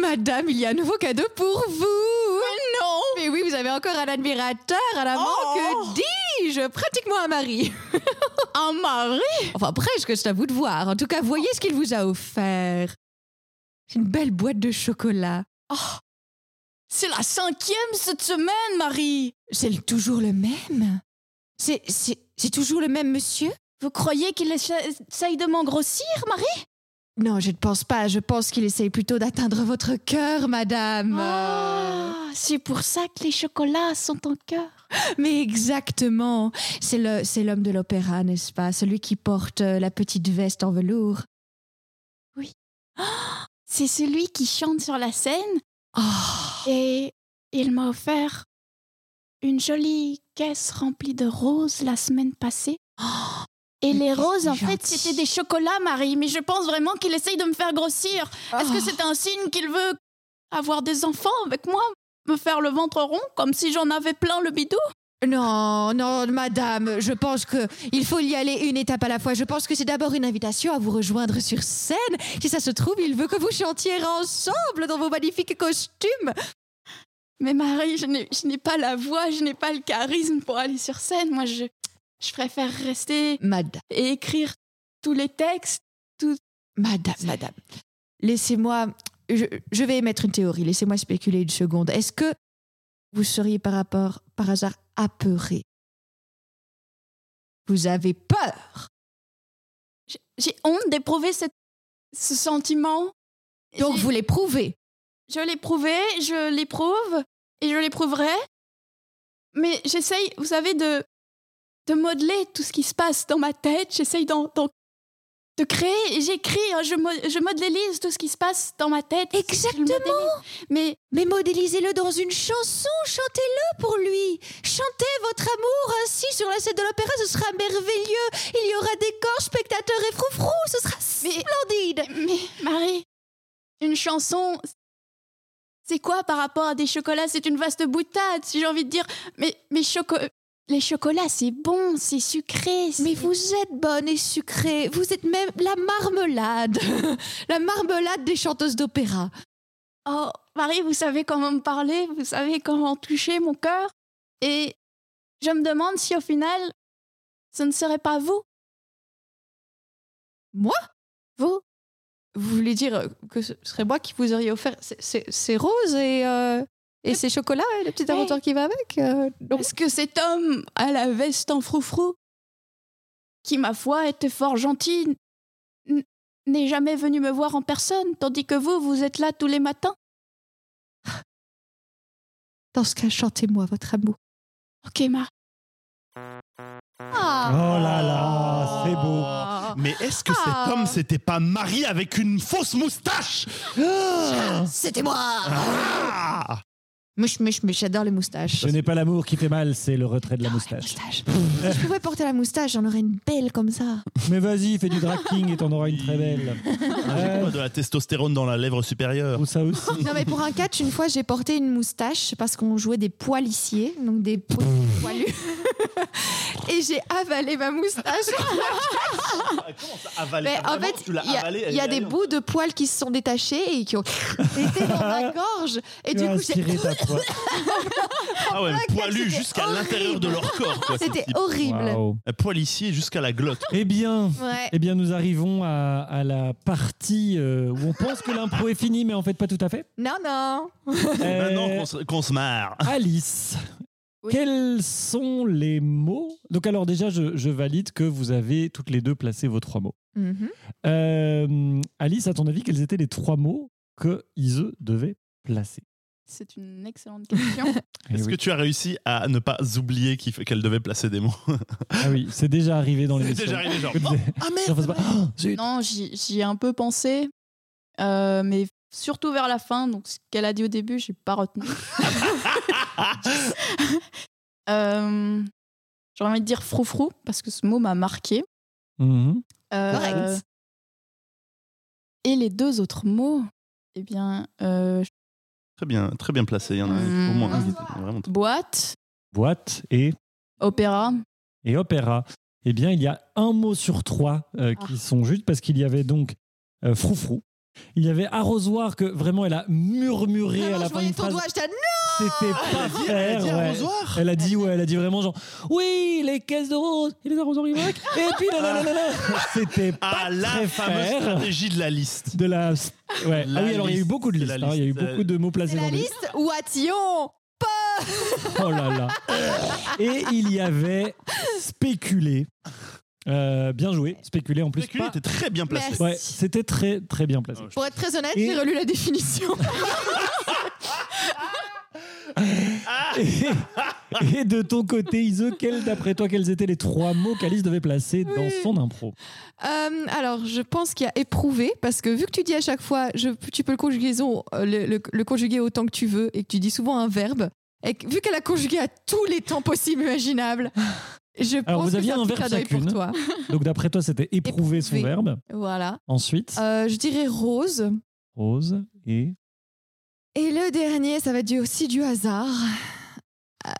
S2: Madame, il y a un nouveau cadeau pour vous. non. Mais oui, vous avez encore un admirateur à la main.
S4: Oh.
S2: Que dis-je Pratiquement un mari.
S4: Un mari
S2: Enfin, presque, je t'avoue de voir. En tout cas, voyez ce qu'il vous a offert. C'est une belle boîte de chocolat.
S4: Oh, C'est la cinquième cette semaine, Marie
S2: C'est le- toujours le même C'est c'est- c'est toujours le même monsieur
S4: Vous croyez qu'il essaye de m'engrossir, Marie
S2: Non, je ne pense pas. Je pense qu'il essaye plutôt d'atteindre votre cœur, madame.
S4: Ah, C'est pour ça que les chocolats sont en cœur.
S2: Mais exactement. C'est le- c'est l'homme de l'opéra, n'est-ce pas Celui qui porte euh, la petite veste en velours.
S4: C'est celui qui chante sur la scène
S2: Oh,
S4: et il m'a offert une jolie caisse remplie de roses la semaine passée.
S2: mais
S4: Et les
S2: qu'est-ce
S4: roses,
S2: qu'il est
S4: en fait,
S2: gentil.
S4: c'était des chocolats, Marie, mais je pense vraiment qu'il essaye de me faire grossir. Est-ce que
S2: Oh.
S4: c'est un signe qu'il veut avoir des enfants avec moi Me faire le ventre rond comme si j'en avais plein le bidou
S2: Non, non, madame, je pense que il faut y aller une étape à la fois. Je pense que c'est d'abord une invitation à vous rejoindre sur scène. Si ça se trouve, il veut que vous chantiez ensemble dans vos magnifiques costumes.
S4: Mais Marie, je n'ai je n'ai pas la voix, je n'ai pas le charisme pour aller sur scène. Moi, je, je préfère rester
S2: Madame,
S4: et écrire tous les textes.
S2: Madame, madame, laissez-moi. Je, je vais émettre une théorie. Laissez-moi spéculer une seconde. Est-ce que vous seriez par rapport, par hasard, apeuré Vous avez peur.
S4: J'ai- J'ai honte d'éprouver cette- ce sentiment.
S2: Donc
S4: J'ai-
S2: vous l'éprouvez.
S4: Je l'ai prouvé, je l'éprouve et je l'éprouverai. Mais j'essaye, vous savez, de, de modeler tout ce qui se passe dans ma tête. J'essaye d'en- d'en- de créer, et j'écris, hein, je, mo- je modélise tout ce qui se passe dans ma tête. Je le
S2: Exactement.
S4: modélise. Mais
S2: Mais modélisez-le dans une chanson, chantez-le pour lui. Chantez votre amour ainsi sur la scène de l'opéra, ce sera merveilleux. Il y aura des corps, spectateurs et froufrous, ce sera
S4: Mais-
S2: splendide.
S4: Mais Marie, une chanson, c'est quoi par rapport à des chocolats C'est une vaste boutade, si j'ai envie de dire. Mais, mais choco- les chocolats, c'est bon, c'est sucré. c'est-
S2: Mais vous êtes bonne et sucrée, vous êtes même la marmelade, la marmelade des chanteuses d'opéra.
S4: Oh, Marie, vous savez comment me parler, vous savez comment toucher mon cœur. Et je me demande si au final, ce ne serait pas vous.
S2: Moi
S4: Vous
S2: Vous voulez dire euh, que ce serait moi qui vous auriez offert ces- ces ces roses et, euh, et ces chocolats et la petite
S4: Ouais.
S2: aventure qui va avec euh, non.
S4: Parce que cet homme à la veste en froufrou, qui ma foi était fort gentil, n- n'est jamais venu me voir en personne, tandis que vous, vous êtes là tous les matins.
S2: Dans ce cas, chantez-moi votre amour.
S4: Ok, Marie.
S3: Oh là là, c'est
S4: Oh.
S3: beau.
S1: Mais est-ce que
S2: Ah.
S1: cet homme s'était pas marié avec une fausse moustache
S2: C'était moi
S1: Ah
S2: Mouche, mouche, mouche, j'adore les moustaches.
S3: Ce n'est pas l'amour qui fait mal, c'est le retrait de la moustache.
S2: Moustache. si je pouvais porter la moustache, j'en aurais une belle comme ça.
S3: Mais vas-y, fais du drag king et t'en auras une très belle.
S1: Ah J'ai quoi de la testostérone dans la lèvre supérieure
S3: Ou ça aussi.
S2: Non, mais pour un catch, une fois, j'ai porté une moustache parce qu'on jouait des poiliciers, donc des po- poilus. Et j'ai avalé ma moustache.
S1: Ah, Comment ça avaler
S2: Ah. Mais en
S1: Vraiment, tu
S2: fait, il
S1: l'as
S2: y a,
S1: avalé, elle
S2: il y a
S1: est
S2: des
S1: allée en-
S2: bouts de poils qui se sont détachés et qui ont été dans ma gorge. Et du coup, j'ai-
S3: Inspirez ta poids.
S1: Ah ouais, poilu
S2: c'était
S1: jusqu'à
S2: horrible.
S1: l'intérieur de leur corps. quoi, ces
S2: c'était
S1: types.
S2: horrible.
S3: Waouh.
S1: Un Poil ici et jusqu'à la glotte.
S3: Eh bien,
S2: Ouais.
S3: eh bien, nous arrivons à, à la partie euh, où on pense que l'impro est finie, mais en fait pas tout à fait.
S2: Non, non.
S3: Euh,
S1: Maintenant qu'on se, qu'on se marre.
S3: Alice,
S4: Oui.
S3: quels sont les mots Donc alors déjà, je, je valide que vous avez toutes les deux placé vos trois mots.
S2: Mhm.
S3: Euh, Alice, à ton avis, quels étaient les trois mots que Ise devait placer
S4: C'est une excellente question.
S3: Eh
S1: Est-ce
S3: oui.
S1: que tu as réussi à ne pas oublier qu'il f- qu'elle devait placer des mots
S3: Ah oui, c'est déjà arrivé dans les
S1: C'est déjà arrivé, genre. oh,
S3: Ah merde
S4: non, j'y j'y ai un peu pensé, euh, mais surtout vers la fin. Donc, ce qu'elle a dit au début, j'ai pas retenu. Euh, J'aurais envie de dire froufrou, parce que ce mot m'a marqué.
S3: Mhm.
S4: Euh,
S2: Correct.
S4: Et les deux autres mots, eh bien, euh,
S1: Très bien, très bien placé. Il y en a
S3: Mm.
S1: un, au moins un qui était vraiment très-
S4: boîte,
S3: Boîte et,
S4: opéra.
S3: et opéra. Eh bien, il y a un mot sur trois euh,
S1: Ah.
S3: qui sont justes parce qu'il y avait donc euh, froufrou. Il y avait arrosoir que vraiment elle a murmuré
S2: Vraiment,
S3: à la
S2: je
S3: fin
S2: voyais
S3: d'une
S2: ton
S3: phrase.
S2: doigt, j'étais
S3: C'était
S1: Ah,
S3: pas faire. ouais.
S1: arrosoir
S3: Elle a dit ouais, elle a dit vraiment genre oui les caisses de roses et les arrosoirs Y et puis là là là là, là. C'était pas
S1: Ah, la
S3: très
S1: fameuse
S3: faire.
S1: stratégie de la liste.
S3: de la ouais.
S1: La
S3: ah oui alors il y a eu
S1: liste,
S3: beaucoup de
S1: c'est
S3: listes
S1: la
S3: hein. il y a eu
S1: liste, euh,
S3: beaucoup de mots
S2: C'est
S3: placés
S2: la
S3: dans des-
S2: liste ou Atillon
S3: oh là là et il y avait spéculé Euh, bien joué spéculé en plus
S1: Plus
S3: pas-
S1: était très bien placé.
S2: Merci.
S3: ouais c'était très très bien
S1: Oh,
S3: placé
S2: Pour être très honnête,
S3: Et-
S2: j'ai relu la définition.
S3: et, et de ton côté Ise quels d'après toi quels étaient les trois mots qu'Alice devait placer dans
S2: Oui.
S3: son impro
S2: Euh, alors, je pense qu'il y a éprouvé, parce que vu que tu dis à chaque fois, je- tu peux le, conjugaison, euh, le, le- le conjuguer autant que tu veux, et que tu dis souvent un verbe, et que- vu qu'elle a conjugué à tous les temps possibles imaginables, je
S3: Alors,
S2: pense
S3: vous
S2: que
S3: aviez
S2: c'est
S3: un
S2: petit
S3: verbe
S2: clin d'œil pour
S3: chacune.
S2: toi.
S3: donc d'après toi c'était éprouver son
S2: Éprouver.
S3: verbe
S2: Voilà.
S3: ensuite
S2: Euh, je dirais rose.
S3: rose et
S2: Et le dernier, ça va être du- aussi du hasard. Euh,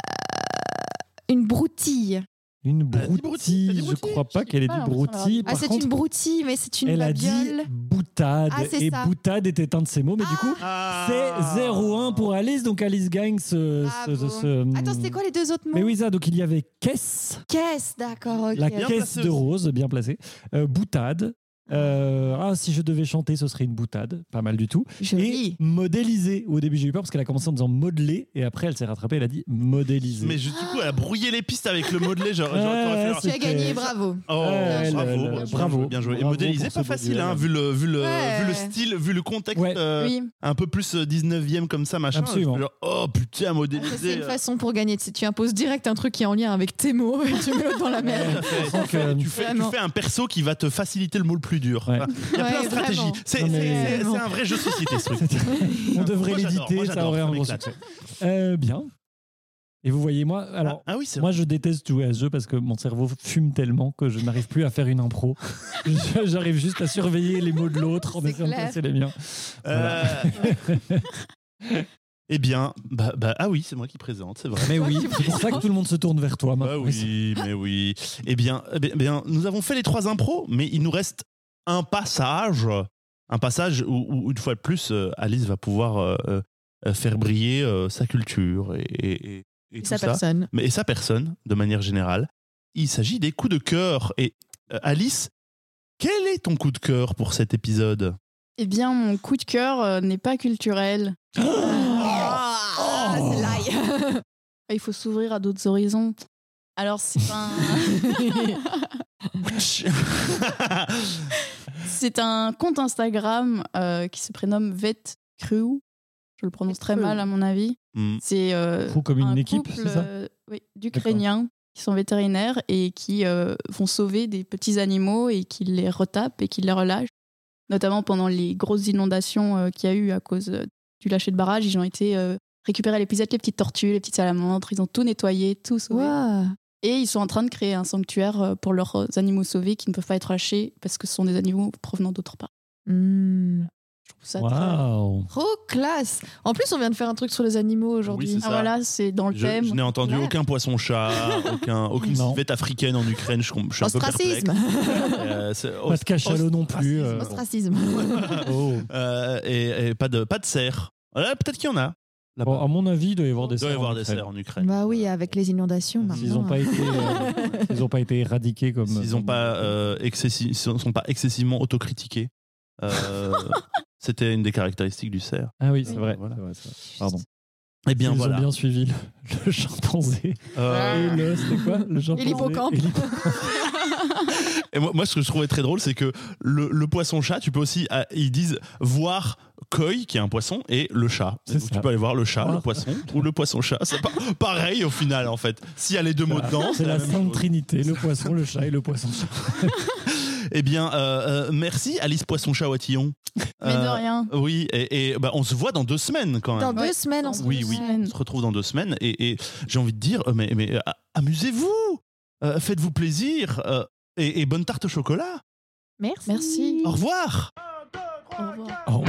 S2: une broutille.
S3: Une
S1: Elle a dit broutille, elle a dit
S3: broutille, je
S1: broutille.
S3: crois pas
S4: Je
S3: qu'elle
S4: sais
S3: ait
S4: pas,
S3: dit
S4: alors, ça m'a
S3: broutille.
S4: rappelé.
S2: Ah,
S3: Par
S2: c'est
S3: contre,
S2: une broutille, mais c'est une
S3: elle a dit hmm,
S2: babiole.
S3: boutade.
S2: Ah, c'est
S3: et
S2: ça.
S3: boutade était un de ses mots, mais du
S2: Ah.
S3: coup, c'est 0-1 pour Alice, donc Alice gagne ce. ce-
S2: Bravo.
S3: ce-
S2: Attends, c'était quoi les deux autres mots
S3: Mais oui, ça, donc il y avait caisse,
S2: Caisse, d'accord, ok.
S3: la
S1: Bien
S3: caisse
S1: placé
S3: de
S1: aussi.
S3: rose, bien placée, euh, boutade. euh, ah, si je devais chanter, ce serait une boutade, pas mal du tout.
S2: Joli.
S3: Et modéliser. Au début, j'ai eu peur parce qu'elle a commencé en disant modeler, et après, elle s'est rattrapée, elle a dit modéliser.
S1: Mais je- du coup, elle a brouillé les pistes avec le modelé. Genre,
S3: Ouais,
S1: genre, t'aurais fait
S3: ouais,
S1: un-
S2: Tu as
S3: c'était-
S2: gagné, bravo.
S1: Oh,
S3: Ouais,
S1: bravo,
S3: le- le-
S1: bravo,
S3: bravo.
S1: bien joué. Et
S3: Bravo
S1: modéliser,
S3: pour
S1: pas
S3: ce
S1: facile,
S3: modèle.
S1: hein, vu le, vu le,
S2: Ouais.
S1: vu le style, vu le contexte
S3: Ouais.
S1: euh,
S4: Oui,
S1: un peu plus euh, 19e comme ça, machin.
S3: Absolument.
S1: Genre, oh putain, euh.
S2: Ça, C'est
S1: modéliser.
S2: une façon pour gagner. Tu tu imposes direct un truc qui est en lien avec tes mots et tu mets l'autre dans la merde.
S3: Donc, euh,
S1: tu fais, tu
S2: Vraiment.
S1: fais un perso qui va te faciliter le mot le plus dur.
S3: Ouais.
S1: Il y a plein
S2: Ouais,
S1: de stratégies.
S2: vraiment.
S1: C'est
S3: Non, mais-
S1: c'est- c'est-
S2: Vraiment.
S1: c'est un vrai jeu de société, ce truc.
S3: on devrait
S1: Moi, j'adore, moi,
S3: l'éditer, ça
S1: j'adore,
S3: aurait
S1: ça
S3: un gros
S1: m'éclate.
S3: succès. Euh, bien. Et vous voyez, moi, alors,
S1: ah oui, c'est
S3: Moi, je déteste jouer à ce jeu parce que mon cerveau fume tellement que je n'arrive plus à faire une impro. Je- J'arrive juste à surveiller les mots de l'autre en
S2: C'est
S3: essayant de
S2: clair.
S3: placer les miens. Voilà.
S1: Euh, eh bien, bah, bah, ah oui, c'est moi qui présente, c'est vrai.
S3: Mais oui,
S2: qui
S3: c'est pour ça que tout le monde se tourne vers toi.
S1: Bah
S3: maintenant.
S1: oui, mais oui. Eh bien, eh bien, eh bien, nous avons fait les trois impros, mais il nous reste un passage, un passage où, où, une fois de plus, euh, Alice va pouvoir euh, euh, faire briller euh, sa culture et, et, et- et tout
S2: Sa
S1: ça.
S2: personne.
S1: mais et sa personne de manière générale. Il s'agit des coups de cœur. Et euh, Alice, quel est ton coup de cœur pour cet épisode
S4: eh bien, mon coup de cœur euh, n'est pas culturel.
S1: Oh.
S2: Ah, c'est l'ail.
S4: Il faut s'ouvrir à d'autres horizons. Alors, c'est un, c'est un compte Instagram euh, qui se prénomme Vet Crew. Je le prononce très mal, à mon avis.
S1: Hmm.
S4: C'est euh,
S3: Crew comme une
S4: un
S3: équipe,
S4: couple
S3: c'est ça
S4: euh, oui, d'Ukrainiens qui sont vétérinaires et qui euh, vont sauver des petits animaux et qui les retapent et qui les relâchent. Notamment pendant les grosses inondations euh, qu'il y a eu à cause euh, du lâcher de barrage, ils ont été euh, récupérer les pisettes, les petites tortues, les petites salamandres, ils ont tout nettoyé, tout sauvé.
S2: Wow.
S4: Et ils sont en train de créer un sanctuaire euh, pour leurs animaux sauvés qui ne peuvent pas être lâchés parce que ce sont des animaux provenant d'autres parts.
S2: Hmm.
S4: Je trouve ça très-
S3: Waouh.
S2: Trop classe. En plus, on vient de faire un truc sur les animaux aujourd'hui.
S1: Oui,
S4: Ah, voilà, c'est dans le
S1: Je,
S4: thème.
S1: je n'ai entendu
S2: Ouais.
S1: aucun poisson-chat, aucun, aucune
S3: Non.
S1: civette africaine en Ukraine. Je, com- je suis un peu
S2: Ostracisme.
S1: perplexe. Euh, c'est-
S3: Pas de cachalot non plus. euh.
S2: Ostracisme.
S3: Oh.
S1: Euh, et, et pas de pas de cerf. Voilà, Peut-être qu'il y en a. là-bas.
S3: Bon, à mon avis, il doit y avoir des
S1: Il doit y
S3: cerfs en
S1: avoir des
S3: Ukraine.
S1: cerfs en Ukraine. Euh,
S2: bah oui, avec les inondations
S3: S'ils n'ont
S2: maintenant.
S3: pas, été, euh, s'ils ont pas été éradiqués comme.
S1: S'ils
S3: comme-
S1: n'ont pas euh, excessi- sont sont pas excessivement autocritiqués. Euh, C'était une des caractéristiques du cerf.
S3: Ah oui, c'est vrai.
S1: Voilà.
S3: c'est vrai, c'est vrai. Pardon.
S1: Eh bien
S3: Ils
S1: voilà.
S3: ont bien suivi le, le chimpanzé.
S1: Euh,
S3: Et le, c'était quoi Le chimpanzé
S2: l'hippocampe.
S3: et l'hippocampe.
S1: Et moi, moi, ce que je trouvais très drôle, c'est que le, le poisson-chat, tu peux aussi, ah, ils disent voir koi, qui est un poisson, et le chat.
S3: C'est
S1: Donc,
S3: ça.
S1: tu peux aller voir le chat,
S3: Ah.
S1: le poisson, ou le poisson-chat. C'est pas- pareil au final, en fait. S'il y a les deux mots dedans,
S3: C'est la
S1: même
S3: sainte
S1: chose.
S3: trinité, le poisson, le chat et le poisson.
S1: Eh bien, euh, euh, merci Alice Poisson-Chat Watillon.
S4: Mais de
S1: Euh,
S4: rien.
S1: Oui, et, et, bah, on se voit dans deux semaines quand
S2: Dans
S1: même.
S2: deux semaines, on se
S1: Oui,
S2: retrouve.
S1: oui, on se retrouve dans deux semaines. Et, et j'ai envie de dire, euh, mais, mais, euh, amusez-vous, Euh, faites-vous plaisir, euh, et, et bonne tarte au chocolat.
S2: Merci.
S4: Merci.
S1: Au revoir.
S4: Au revoir.
S3: Au